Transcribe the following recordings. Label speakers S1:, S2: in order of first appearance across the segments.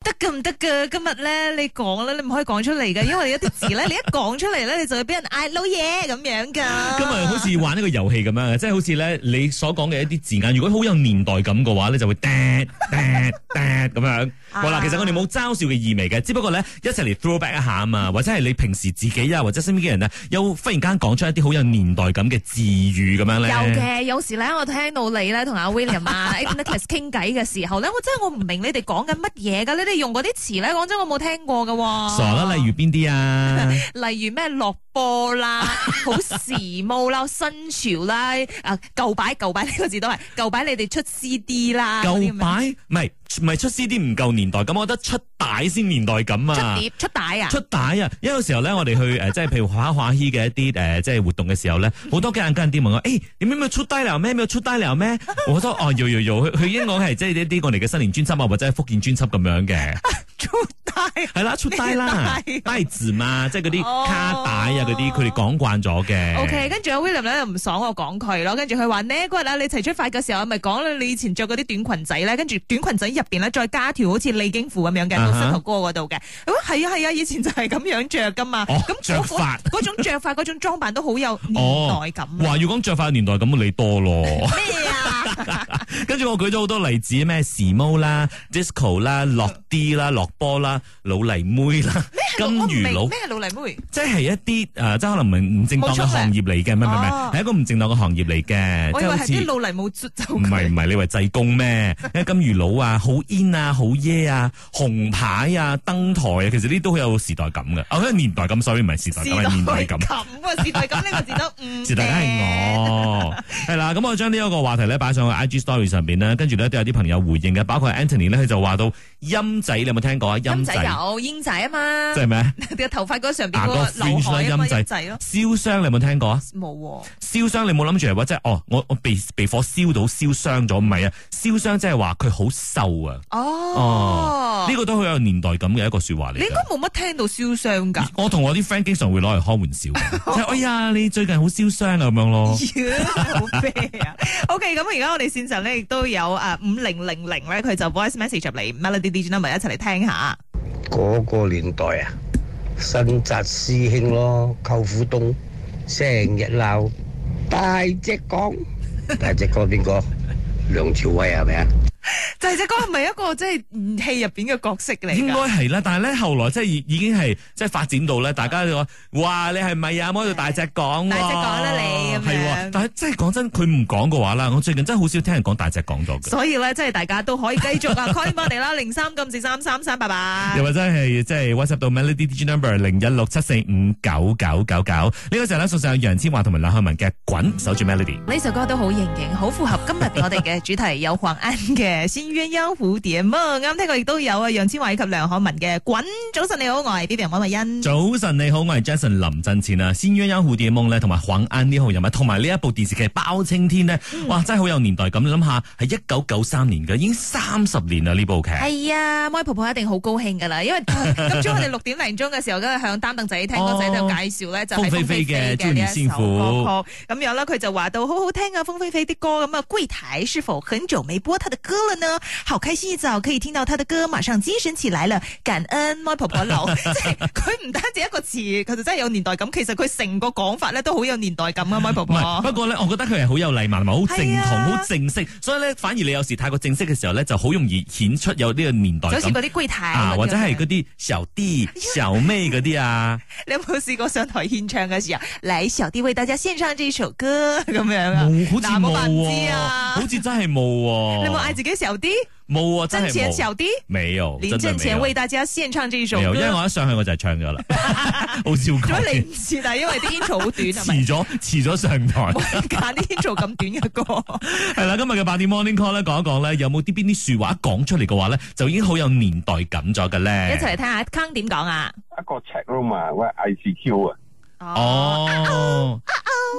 S1: 㗎唔得㗎，今日咧你講啦，你唔可以講出嚟㗎，因為有啲字咧，你一講出嚟咧，你就會俾人嗌老嘢咁樣㗎。
S2: 今日好似玩一個遊戲咁樣嘅，即係好似咧你所講嘅一啲字眼，如果好有年代感嘅話咧，就會嗒嗒嗒咁
S1: 啊
S2: 樣。好啦，其實我哋冇嘲笑嘅意味嘅，只不過咧一齊嚟 throwback 一下啊嘛，或者係你平時自己啊，或者身邊嘅人啊，又忽然間講出一啲好有年代感嘅字語咁樣咧。
S1: 有嘅，有時咧我聽到你咧同阿 William 啊 Ed Nicholas 傾偈嘅時候咧，我真係我唔明你哋講緊乜嘢㗎，你哋用嗰啲詞咧，講真我冇聽過㗎喎。
S2: 傻啦，例如 邊啲啊？
S1: 例如咩落波 啦，好時髦啦，新潮啦，啊舊擺舊擺呢個字都係舊擺，你哋出 CD 啦，嗰啲
S2: 舊
S1: 咁樣
S2: 擺唔係唔係出 CD 唔夠年代感，我覺得出帶先年代感啊。
S1: 出碟出帶啊，
S2: 出帶啊！因為有時候咧，我哋去誒，即係譬如畫畫戲嘅一啲誒，即係活動嘅時候咧，
S1: 嗯
S2: 好多嘅眼跟啲問我，誒，你有冇出低流咩？有冇出低流咩？ 我覺得哦，有有有，佢佢應該係即係一啲我哋嘅新年專輯啊，或者係福建專輯咁樣 嘅，
S1: 出帶
S2: 係啦，出低啦，
S1: 咩
S2: 低字嘛，即係嗰
S1: 哦
S2: 啲卡帶啊，嗰啲佢哋講慣咗嘅。
S1: OK，跟嗯住阿 William 咧就唔爽我講佢咯，跟住佢話呢嗰日啊，你齊出發嘅時候咪講啦，你以前着嗰啲短裙仔咧，跟住短裙仔入邊咧再加條好似李京褲咁樣嘅
S2: 啊
S1: 到
S2: 哈
S1: 膝頭哥嗰度嘅， 咁係啊係啊，以前就係咁樣着噶嘛，
S2: 哦
S1: 咁嗰
S2: 着法
S1: 嗰種着法嗰種裝扮都好有年
S2: 哦
S1: 代感啊。
S2: 話要講着法年代咁，你 多咯。
S1: 咩啊？
S2: 跟住我舉咗好多例子，咩時髦啦、disco 啦、落 D 啦、落波啦、老泥妹啦、金
S1: 我唔明
S2: 魚佬。
S1: 咩老泥妹？
S2: 即係一啲誒、呃即係可能唔唔正當嘅行業嚟嘅，唔係唔係唔
S1: 哦
S2: 係，係一個唔正當嘅行業嚟嘅，
S1: 我
S2: 即
S1: 以為
S2: 係
S1: 係
S2: 好似
S1: 啲老泥冇出走
S2: 唔係
S1: 佢。
S2: 唔係，你話濟公咩？ 因為金魚佬啊，好煙啊，好嘢啊，紅牌啊，燈台啊，其實呢啲都好有時代感嘅，啊，因為年代感所以唔係時代感，係年代感。
S1: 啊！時代感呢個字都 唔
S2: 是大家係我，係啦，咁我將呢一個話題咧擺上去 I G Story 上邊啦，跟住咧都有啲朋友回應嘅，包括 Anthony 咧，佢就話到音仔，你有冇聽過啊？音
S1: 音
S2: 仔
S1: 仔有煙仔啊嘛
S2: 即，係咩？
S1: 你個頭髮嗰上邊
S2: 啊
S1: 嗰
S2: 嗰個
S1: 個劉海啊嘛，
S2: fringe 啦
S1: 音仔咯，
S2: 燒傷你有冇聽過啊？
S1: 冇喎。
S2: 燒傷你冇諗住係話即係哦，我我被被火燒到燒傷咗，唔係啊，燒傷即係話佢好瘦啊，
S1: 哦，
S2: 呢、個都好有年代感嘅一個說話嚟
S1: 你應該
S2: 㗎。
S1: 冇乜聽到燒傷 㗎。
S2: 我同我啲 friend 經常會攞嚟開玩笑 嘅，就係哎呀你最近好燒傷啊咁樣咯。
S1: 好啤啊！OK，咁而家我哋線上咧亦都有啊五零零零咧，佢就 voice message 入嚟 Melody D J number 一齊嚟聽下。
S3: 嗰個年代啊，新澤師兄咯，舅父東成日鬧大隻講，大隻講邊個？梁朝偉係咪啊？
S1: 就係只歌係咪一個即係戲入邊嘅角色嚟㗎？
S2: 應該係啦，但係咧後來即係已已經係即係發展到咧，大家就話：哇，你係咪啊？摸到大隻講喎，
S1: 大隻講啦你咁樣
S2: 係喎但係真係講真，佢唔講嘅話啦，我最近真係好少聽人講大隻講咗嘅。
S1: 所以咧，即係大家都可以繼續啊，call 我哋啦，零三九至三三三，拜拜
S2: 又。或者係即係 WhatsApp 到 Melody DJ number 零一六七四五九九九九，呢個時候咧送上楊千嬅同埋梁漢文嘅《滾》，守住 Melody。
S1: 呢首歌都好型型，好符合今日我哋嘅主題，有黃安嘅《先鸳鸯蝴蝶夢》，啱聽過亦都有啊楊千嬅以及梁漢文嘅《滾》。早晨你好，我係 B B 黃慧欣。
S2: 早晨你好，我係 Jason 林振前啊，《先鸳鸯蝴蝶夢》咧，同埋《黃安》呢號人物，同埋呢一部電視劇《包青天》呢，哇，真係好有年代感。你諗下，係一九九三年嘅，已經三十年啦呢部劇。
S1: 係啊，妹婆婆一定好高興噶啦， 因為今朝我哋六點零鐘嘅時候，跟住向擔凳仔聽歌仔就介紹咧，就係
S2: 風
S1: 風
S2: 飛
S1: 飛
S2: 飛
S1: 飛
S2: 嘅
S1: 嘅呢一首歌
S2: 祝
S1: 曲。咁樣啦，佢就話到好好聽啊，風飛飛的歌咁啊，櫃台是否很久沒播她的歌了呢？好開心一早可以聽到她的歌，馬上精神起來了，感恩妹婆婆 老。即係佢唔單止一個詞，佢就真係有年代感。其實佢成個講法咧都好有年代感啊，妹婆
S2: 唔
S1: 婆
S2: 係，不。過咧，我覺得佢係好有禮貌，同埋好正
S1: 係
S2: 統、
S1: 啊
S2: 好、正式，所以咧，反而你有時太過正式嘅時候咧，就好容易顯出有呢個年代
S1: 就好似嗰
S2: 感
S1: 啲櫃台
S2: 啊，或者係
S1: 嗰啲
S2: 嗰啲小弟、
S1: 哎
S2: 小妹嗰啲 啊，
S1: 你有冇試過上台獻唱嘅時候，嚟小弟為大家獻唱呢首歌 咁樣啊？
S2: 冇，好似
S1: 嗱冇扮唔知
S2: 冇喎，
S1: 啊
S2: 好似真係冇
S1: 你
S2: 喎，
S1: 有冇嗌自己小弟？
S2: 冇啊，真
S1: 掙
S2: 係
S1: 錢
S2: 冇，
S1: 小弟，
S2: 沒有，
S1: 臨
S2: 真
S1: 陣
S2: 的沒
S1: 前
S2: 有
S1: 為大家獻唱呢首
S2: 沒
S1: 歌。
S2: 有，啊因為我一上去我就係唱咗 啦，好少
S1: 做
S2: 講
S1: 乜你唔知啊？因為啲 intro 好短係咪？
S2: 遲咗遲咗上台
S1: 我。揀啲 intro 咁短嘅 歌。
S2: 係啦，今日嘅八點 Morning Call 咧，講一講咧，有冇啲邊啲說話講出嚟嘅話咧，就已經好有年代感咗嘅咧。
S1: 一齊嚟聽下 Kang 點講啊！
S4: 一個 check room 啊，或者 ICQ 啊，
S1: 啊
S2: 哦，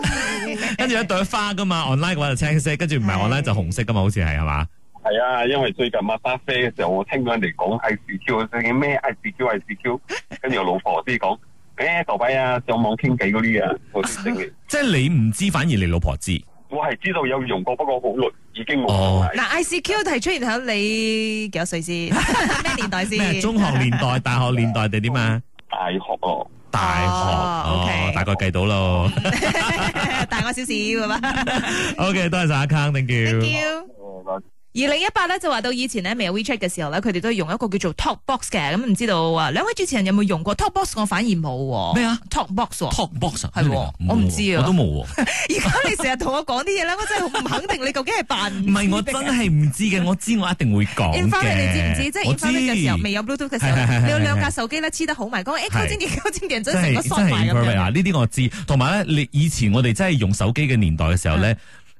S2: 跟住一朵花噶嘛，online 嘅話就青色，跟住唔係
S1: 哦係
S2: online 就紅色噶嘛，好似係係嘛？
S4: 係啊，因為最近抹巴啡嘅時候，我聽到人哋講 ICQ，究竟咩 ICQ ICQ，跟住我老婆先講， 誒、欸，豆仔啊，上網傾偈嗰啲啊，我先整嘅。
S2: 即係你唔知，反而你老婆知。
S4: 我係知道有用過，不過好耐已經冇
S2: 哦
S4: 用啦。
S1: 嗱，ICQ 係出現喺你幾多歲 先？咩年代
S2: 咩啊
S1: 先？
S2: 中學年 代、大學年代定點啊？
S4: 大學咯，
S2: 大學
S1: 哦
S2: 哦
S1: OK，
S2: 大概計到 咯。
S1: 大我少少咁嘛
S2: OK，多謝晒阿康，thank
S1: Thank
S2: you。
S1: you。
S4: 誒嗱
S1: 二零一八咧就話到以前咧未有 WeChat 嘅時候咧，佢哋都用一個叫做 TalkBox 嘅，咁唔知道啊兩位主持人有冇用過 TalkBox？我反而冇
S2: 咩啊
S1: ？TalkBox 喎
S2: Talk box 啊
S1: 係喎
S2: 咩嚟㗎
S1: 我唔知啊
S2: 我都冇喎。
S1: 而家你成日同我講啲嘢咧，我真係唔肯定你究竟係扮
S2: 唔係，我
S1: 知
S2: 真
S1: 定係
S2: 係唔知嘅，我知我一定會講
S1: in 翻你知唔
S2: 嘅。
S1: 知？即係
S2: 我
S1: in 翻嘅時候，未有 Bluetooth 嘅時
S2: 係係係
S1: 候，
S2: 係
S1: 你有兩架手機咧黐得好埋，講誒
S2: 係
S1: 高精電高精電，準
S2: 真
S1: 成
S2: 係
S1: 個
S2: 真
S1: 縮埋
S2: 係
S1: 咁
S2: imperfect
S1: 樣。
S2: 啊！呢啲我知，同埋咧，你以前我哋真係用手機嘅年代嘅時候咧。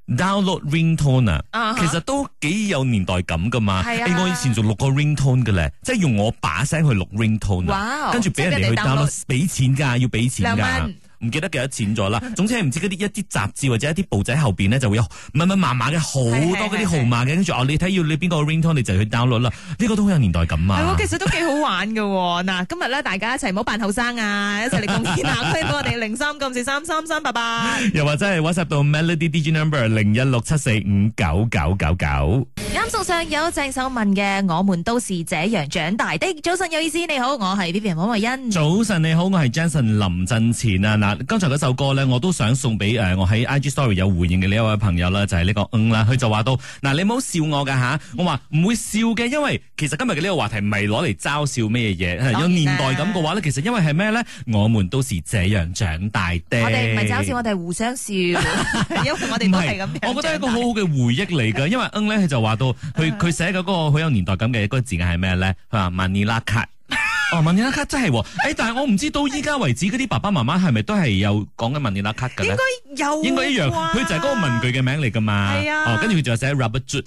S2: download ringtone
S1: 啊
S2: 啊，
S1: 哈
S2: 其實都幾有年代感噶嘛。哎
S1: 係啊
S2: 誒我以前仲錄過 ringtone 嘅咧，即係用我把聲去錄 ringtone 啊
S1: 哇，
S2: 跟住俾人哋
S1: 即係俾
S2: 去
S1: 人哋 download
S2: download，俾錢㗎，要俾
S1: 兩
S2: 錢㗎
S1: 蚊。
S2: 唔記得幾多錢 咗啦，總之係唔知嗰啲一啲雜誌或者一啲報仔後邊咧就會有密密麻麻嘅好多嗰
S1: 係係
S2: 啲
S1: 係
S2: 號碼嘅，跟住哦你睇要你邊個 ringtone 你就去 download 啦，呢個都好有年代感
S1: 係
S2: 啊
S1: 喎，。其實都幾好玩嘅喎。嗱，今日咧大家一齊唔好扮後生啊，一齊嚟貢獻 下，推我哋零三九四三三三八八。
S2: 又或者係 WhatsApp 到 Melody DJ Number 零一六七四五九九九九。
S1: 啱送上有鄭秀文嘅《我們都是這樣長大的》。早晨有意思，你好，我係 Vivian 黃慧欣。
S2: 早晨你好，我係 Jason 林振前啊！嗱，剛才嗰首歌咧，我都想送俾誒、呃我喺 IG Story 有回應嘅呢一位朋友啦，就係、呢個嗯啦，佢就話到嗱，你唔好笑我噶吓，我話唔會笑嘅，因為其實今日嘅呢個話題唔係攞嚟嘲笑咩嘢，
S1: 當然啦
S2: 有年代感嘅話咧，其實因為係咩咧，我們都是這樣長大的。
S1: 我哋唔係嘲笑，我哋係互相笑， 因為我哋都係咁樣長大。
S2: 我覺得係一個好好嘅回憶嚟 㗎，因為嗯咧佢就話到佢佢寫嘅嗰個好有年代感嘅嗰個字眼係咩咧？佢話曼尼拉卡。哦，曼尼拉卡 真係喎，誒，但係我唔知到依家為止嗰啲爸爸媽媽係咪都係有講緊曼尼拉卡嘅咧？
S1: 應該啊有，
S2: 應該一樣，佢就係嗰個文具嘅名嚟㗎嘛。
S1: 係啊
S2: 哦，跟住佢就寫 rubber j u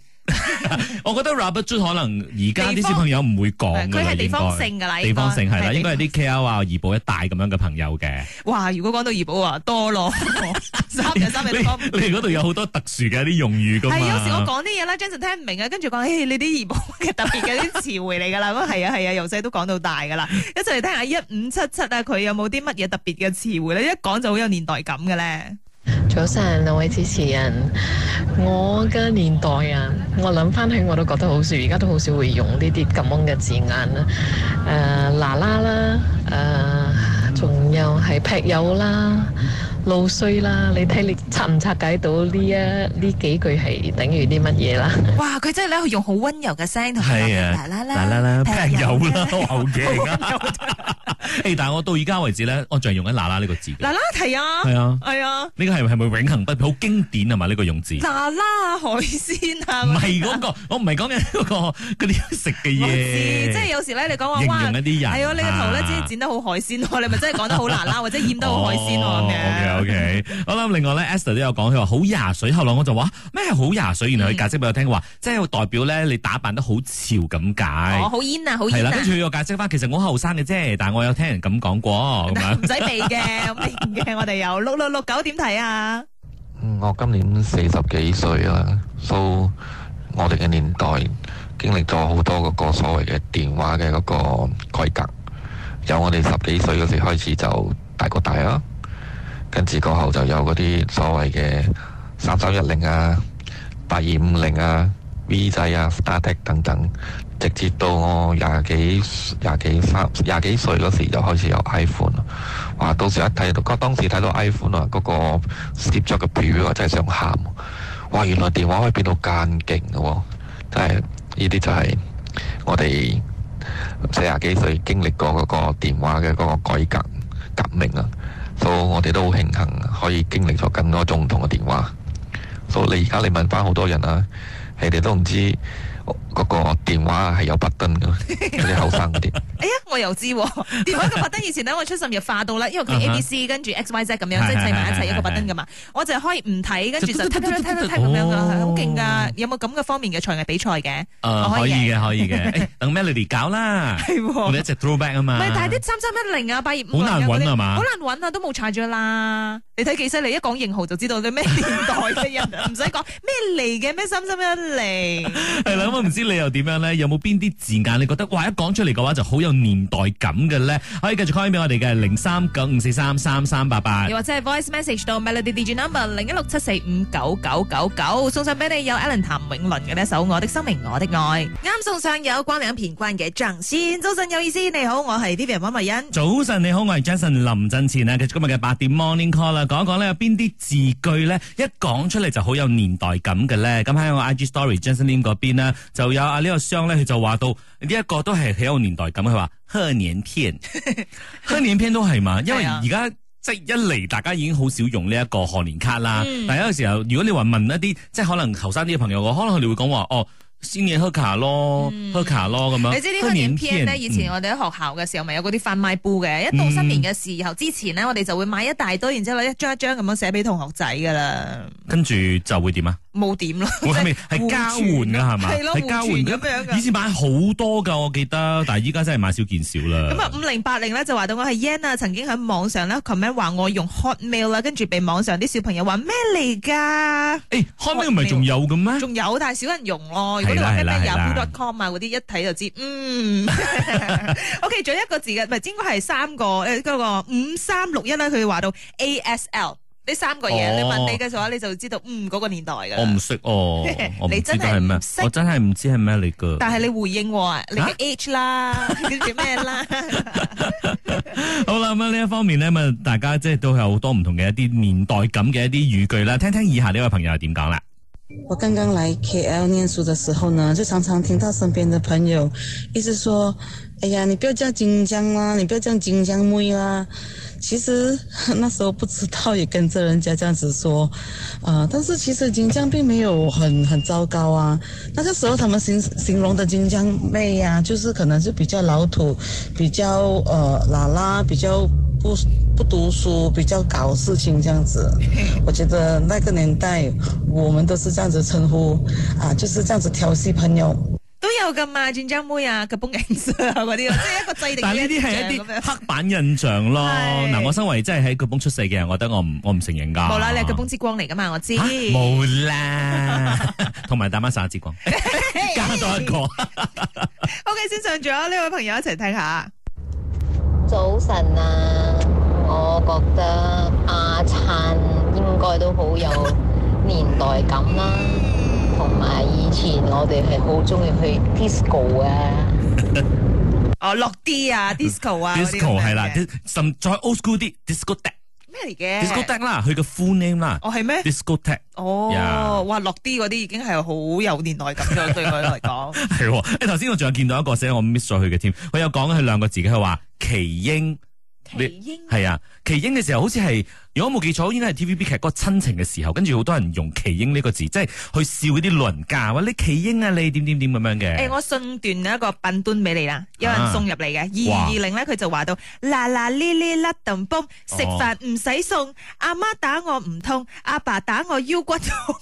S2: 我覺得 rubber j u 可能而家
S1: 地
S2: 啲
S1: 方
S2: 小朋友唔會講㗎啦
S1: 佢係地方
S2: 應該
S1: 性㗎啦，
S2: 地方性係啦，應該係
S1: 係
S2: 啲 K L 啊、怡保一帶咁樣嘅朋友嘅。
S1: 哇！如果講到怡寶啊，多咯， 三日三日都講唔
S2: 你你嗰度有好多特殊嘅一啲用語㗎嘛。
S1: 係有時我講啲嘢咧，Jason 聽唔明啊，跟住講， 誒你啲怡寶嘅特別嘅啲詞彙嚟㗎啦，咁係啊係啊，由細都講到大㗎 啦。一齊嚟聽下一五七七啊，佢有冇啲乜嘢特別嘅詞彙咧？一講就好有年代感嘅咧。
S5: 早晨，兩位主持人，我嘅年代啊，我諗翻起我都覺得好少，而家都好少會用呢啲咁樣嘅字眼啦。誒、嗱啦啦，誒、仲有係劈友啦、路衰啦，你睇你拆唔拆解到呢一呢幾句係等於啲乜嘢啦？
S1: 哇！佢真係咧，用好温柔嘅聲同
S2: 係
S1: 埋
S2: 啊，
S1: 啦
S2: 啦啦啦，劈友啦， 我好驚啊！
S1: 啦
S2: 誒，但係我到而家為止咧，我仲係用緊啦啦呢個字嘅，
S1: 啦係啊，
S2: 係啊，
S1: 係啊，
S2: 呢個係係咪永恆不變？好經典啊嘛，呢個用字，唔
S1: 嗱啦海鮮啊，
S2: 係嗰個，我唔係講緊嗰個嗰啲食嘅
S1: 我知，
S2: 嘢，
S1: 即係有時咧，你講話
S2: 形
S1: 哇，
S2: 容一啲人
S1: 係啊，你個頭咧
S2: 啊
S1: 真係剪得好海鮮喎，你咪真係講得好辣啦，或者染得好海鮮喎
S2: 哦
S1: 咁樣。
S2: O K O K，好啦，另外咧，Esther 都有講，佢話好牙水，後來我就話咩係好牙水，原
S1: 嗯
S2: 來佢解釋俾我聽話，即係代表咧你打扮得好潮咁
S1: 哦，
S2: 解。
S1: 好煙啊，好
S2: 係
S1: 煙啊
S2: 啦，跟，住佢又解釋翻，其實我後生嘅啫，但係我有聽人咁講過咁樣
S1: 唔。使避嘅， 明嘅，我哋有六六六九點睇啊。
S6: 嗯我今年四十幾歲啦，so 我哋嘅年代經歷咗好多嗰個所謂嘅電話嘅嗰個改革，由我哋十幾歲嗰時開始就大哥大啦，跟住過後就有嗰啲所謂嘅三三一零啊、八二五零啊、V 制啊、StarTech 等等，直至到我廿幾廿幾三廿幾歲嗰時就開始有 iPhone 啦。哇！到時一睇到，當時睇到 iPhone 啊，嗰、個 Steve Jobs 嘅表啊，真係想喊。哇！原來電話可以變到咁勁嘅喎，真係呢啲就係我哋四廿幾歲經歷過嗰個電話嘅嗰個改革革命啊，所以我哋都好慶幸可以經歷咗咁多種唔同嘅電話。所以你而家你問翻好多人啊，你哋都唔知嗰個電話係有 button 嘅，嗰啲後生嗰啲。
S1: 哎呀，我又知 喎，電話個拔燈以前咧，我出神入化到啦，因為佢
S2: 嗯
S1: A
S2: 哼
S1: B C 跟住 X Y Z 咁
S2: 係
S1: 樣，即係砌埋一
S2: 係係
S1: 齊一個拔
S2: 係
S1: 燈噶嘛，我就可以唔睇，跟住就
S2: 就
S1: 聽聽聽聽咁樣噶，係好勁
S2: 哦
S1: 噶。有冇咁嘅方面嘅才藝比賽嘅？
S2: 誒、
S1: 我
S2: 可
S1: 可
S2: 以
S1: 以
S2: 嘅，啊可 以嘅。誒等 Melody 搞啦，
S1: 係喎
S2: 我哋一直 throwback 啊嘛。
S1: 唔係，但係啲三三一零啊、八二五
S2: 好難揾啊嘛
S1: 好難揾啊，都冇查咗啦。你睇幾犀利，一講型號就知道你咩年代嘅人，唔使講咩嚟嘅咩三三一零。
S2: 係啦，咁我唔知你又點樣咧？有冇邊啲字眼你覺得哇一講出嚟嘅話就好有年代感嘅咧？可以繼續 call 俾我哋嘅零三九五四三三三八八
S1: 又。或者係 voice message 到 Melody DJ number 零一六七四五九九九九，送上俾你有 Alan 譚詠麟嘅呢一首《我的生命我的愛》，啱送上有光良片關嘅張先，早晨有意思，你好，我係 Vivian 温慧欣。
S2: 早晨，你好，我係 Jason 林振前啊。繼續今日嘅八點 Morning Call 啦，講一講咧有邊啲字句咧，一講出嚟就好有年代感嘅咧。咁喺我 IG Story Jason Lim 嗰邊呢，就有啊呢個商咧，佢就話到呢一個都係好有年代感，佢話賀 年片，賀年片都係嘛，因為
S1: 係啊
S2: 而家。即係一嚟，大家已經好少用呢一個賀年卡啦。
S1: 嗯
S2: 但係有時候，如果你話問一啲即係可能後生啲嘅朋友，可能佢哋會講話哦，先年喝卡咯，喝卡咯咁樣。
S1: 嗯你知呢
S2: 賀
S1: 個年片
S2: 片
S1: 咧，以前
S2: 嗯
S1: 我哋喺學校嘅時候，咪有嗰啲販賣簿嘅。一到新年嘅時候之前呢，我哋就會買一大堆，然之後一張一張咁樣寫俾同學仔噶啦，
S2: 跟住就會點啊？
S1: 冇點咯。
S2: 我係咪
S1: 即
S2: 係交換噶係嘛？
S1: 啊係咯，
S2: 係交換
S1: 互傳
S2: 㗎
S1: 咁樣啊噶
S2: 以。前買好多噶，我記得，但係依家真係買少見少
S1: 咁
S2: 啦
S1: 啊，。五零八零咧就話到我係 Yan 啊，曾經喺網上咧 comment 話我用 Hotmail 啦，跟住被網上啲小朋友話咩嚟㗎？
S2: 誒，開咩唔係仲有嘅咩？
S1: 仲有，但係少人用咯。如果你話咩
S2: 啊係啦
S1: 咩
S2: 係啦
S1: Yahoo.com 啊嗰啲，一睇就知。 嗯，OK，仲有一個字嘅，唔係應該係三個誒嗰個五三六一咧，佢話到 ASL 呢三個嘢，
S2: 哦
S1: 你問你嘅時候，你就知道嗯嗰個年代㗎
S2: 我唔
S1: 啦。，
S2: 識哦 我唔
S1: 你
S2: 知
S1: 真
S2: 道
S1: 係
S2: 係咩
S1: 唔識，
S2: 我真係唔知係咩嚟噶。
S1: 但係你回應喎，你嘅 H 啦，跟住咩 啦？
S2: 好啦，咁啊呢一方面呢，咁啊大家即係都有好多唔同嘅一啲年代感嘅一啲語句啦。聽聽以下呢位朋友係點講啦。
S7: 我刚刚来 KL 念书的时候呢，就常常听到身边的朋友一直说：“哎呀，你不要叫金江啦，你不要叫金江妹啦。”其实 那时候不知道，也跟着人家这样子说，啊、但是其实金江并没有很很糟糕啊。那个时候他们形形容的金江妹呀、就是可能是比较老土，比较呃拉拉，比较不不读书，比较搞事情这样子。我觉得那个年代我们都是这样子称呼啊，就是这样子调戏朋友。
S1: 都有㗎嘛，戰爭妹啊，嘅崩影相啊嗰啲咯，即係一個制定
S2: 但係呢啲係一
S1: 印象咁
S2: 啲
S1: 樣
S2: 黑板印象咯。
S1: 係
S2: 嗱，我身為真係喺腳本出世嘅人，我覺得我唔我唔承認㗎。
S1: 冇啦，你係腳崩之光嚟㗎嘛，我知。
S2: 啊嚇冇啦，同埋大媽耍 之光，加多一個。
S1: OK，先上咗呢位朋友一齊聽下。
S8: 早晨啊，我覺得阿燦應該都好有年代感啦，同埋以前我哋係好中意去 disco 啊。
S1: 哦，落啲啊，disco 啊嗰啲咁樣
S2: disco
S1: 嘅
S2: 係啦，dis- 甚再 old school 啲 disco tech
S1: 咩嚟嘅
S2: disco tech 啦，佢嘅 full name 啦
S1: 哦，係咩？
S2: disco tech 呀
S1: 哦，哇，落啲嗰啲已經係好有年代感咗，對佢嚟講。
S2: 係喎。誒頭先我仲有見到一個寫我 miss 咗佢嘅添，佢有講佢兩個字，佢話奇英。 你
S1: 英
S2: 係啊，奇英嘅時候好似係，如果我冇記錯，應該係 TVB 劇嗰個親情嘅時候，跟住好多人用奇英呢個字，即係去笑嗰啲老人家，話你奇英啊，你點點點咁樣
S1: 誒，
S2: 嘅。
S1: 我信段一個笨端俾你啦，有人
S2: 啊
S1: 送入嚟嘅二
S2: 哇
S1: 二零咧，佢就話到嗱嗱呢呢甩揼崩，食飯唔使送，阿媽打我唔痛，阿爸打我腰 骨痛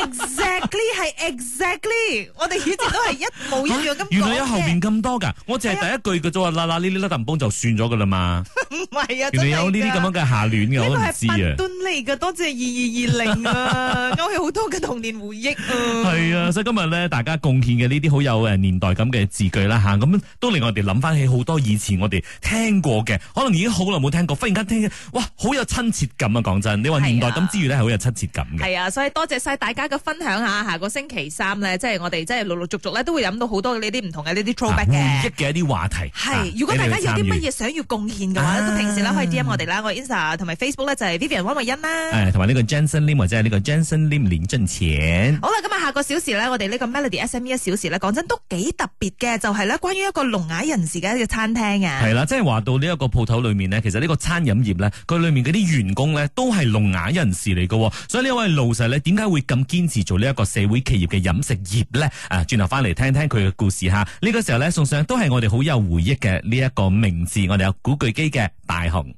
S1: ，exactly 係 exactly，我哋以前都係一模一樣咁講嘅。啊
S2: 原來有後面咁多㗎，我淨係第一句嘅啫喎，啦啦呢呢啦揼崩就算咗㗎啦嘛。
S1: 唔係啊，
S2: 原
S1: 真
S2: 來
S1: 係
S2: 有呢啲
S1: 㗎
S2: 咁樣嘅下聯
S1: 呢
S2: 嘅，我
S1: 個
S2: 都唔
S1: 係
S2: 知
S1: 八
S2: 啊。
S1: 端嚟嘅，多謝二二二零 啊，勾起好多嘅童年回憶啊。
S2: 系啊，所以今日咧，大家貢獻嘅呢啲好有诶年代感嘅字句啦吓，咁都令我哋諗翻起好多以前我哋聽過嘅，可能已經好耐冇聽過，忽然間聽，哇，好有親切感啊！講真，你話年代感之餘咧，係好有親切感嘅。
S1: 係啊，所以多謝晒大家嘅分享下，下個星期三咧，即係我哋即係陸陸續續咧都會諗到好多呢啲唔同嘅呢啲
S2: 啊
S1: throwback
S2: 回憶
S1: 嘅。
S2: 嘅一啲話題，啊
S1: 係，如果大家有啲乜？嘢想要貢獻嘅話咧，
S2: 啊
S1: 都平時咧可以 DM 我哋啦，我 Insta 同埋 Facebook 咧就係 Vivian 温慧欣啦。
S2: 诶，誒同埋呢個 Jensen Lim 或者係呢個 Jensen Lim 連真錢，
S1: 好啦，咁啊，下個小時咧，我哋呢個 Melody SME 一小時咧，講真都幾特別嘅，就係咧關於一個聾啞人士嘅一個餐廳啊。
S2: 係啦，即係話到呢一個鋪頭裏面呢，其實呢個餐飲業咧，佢裏面嗰啲員工咧都係聾啞人士嚟嘅喎，所以呢位老細咧點解會咁堅持做呢一個社會企業嘅飲食業咧？啊，轉頭翻嚟聽聽佢嘅故事吓。呢、個時候咧送上都係我哋好有回憶嘅呢一個名字，我哋有古巨基嘅大雄。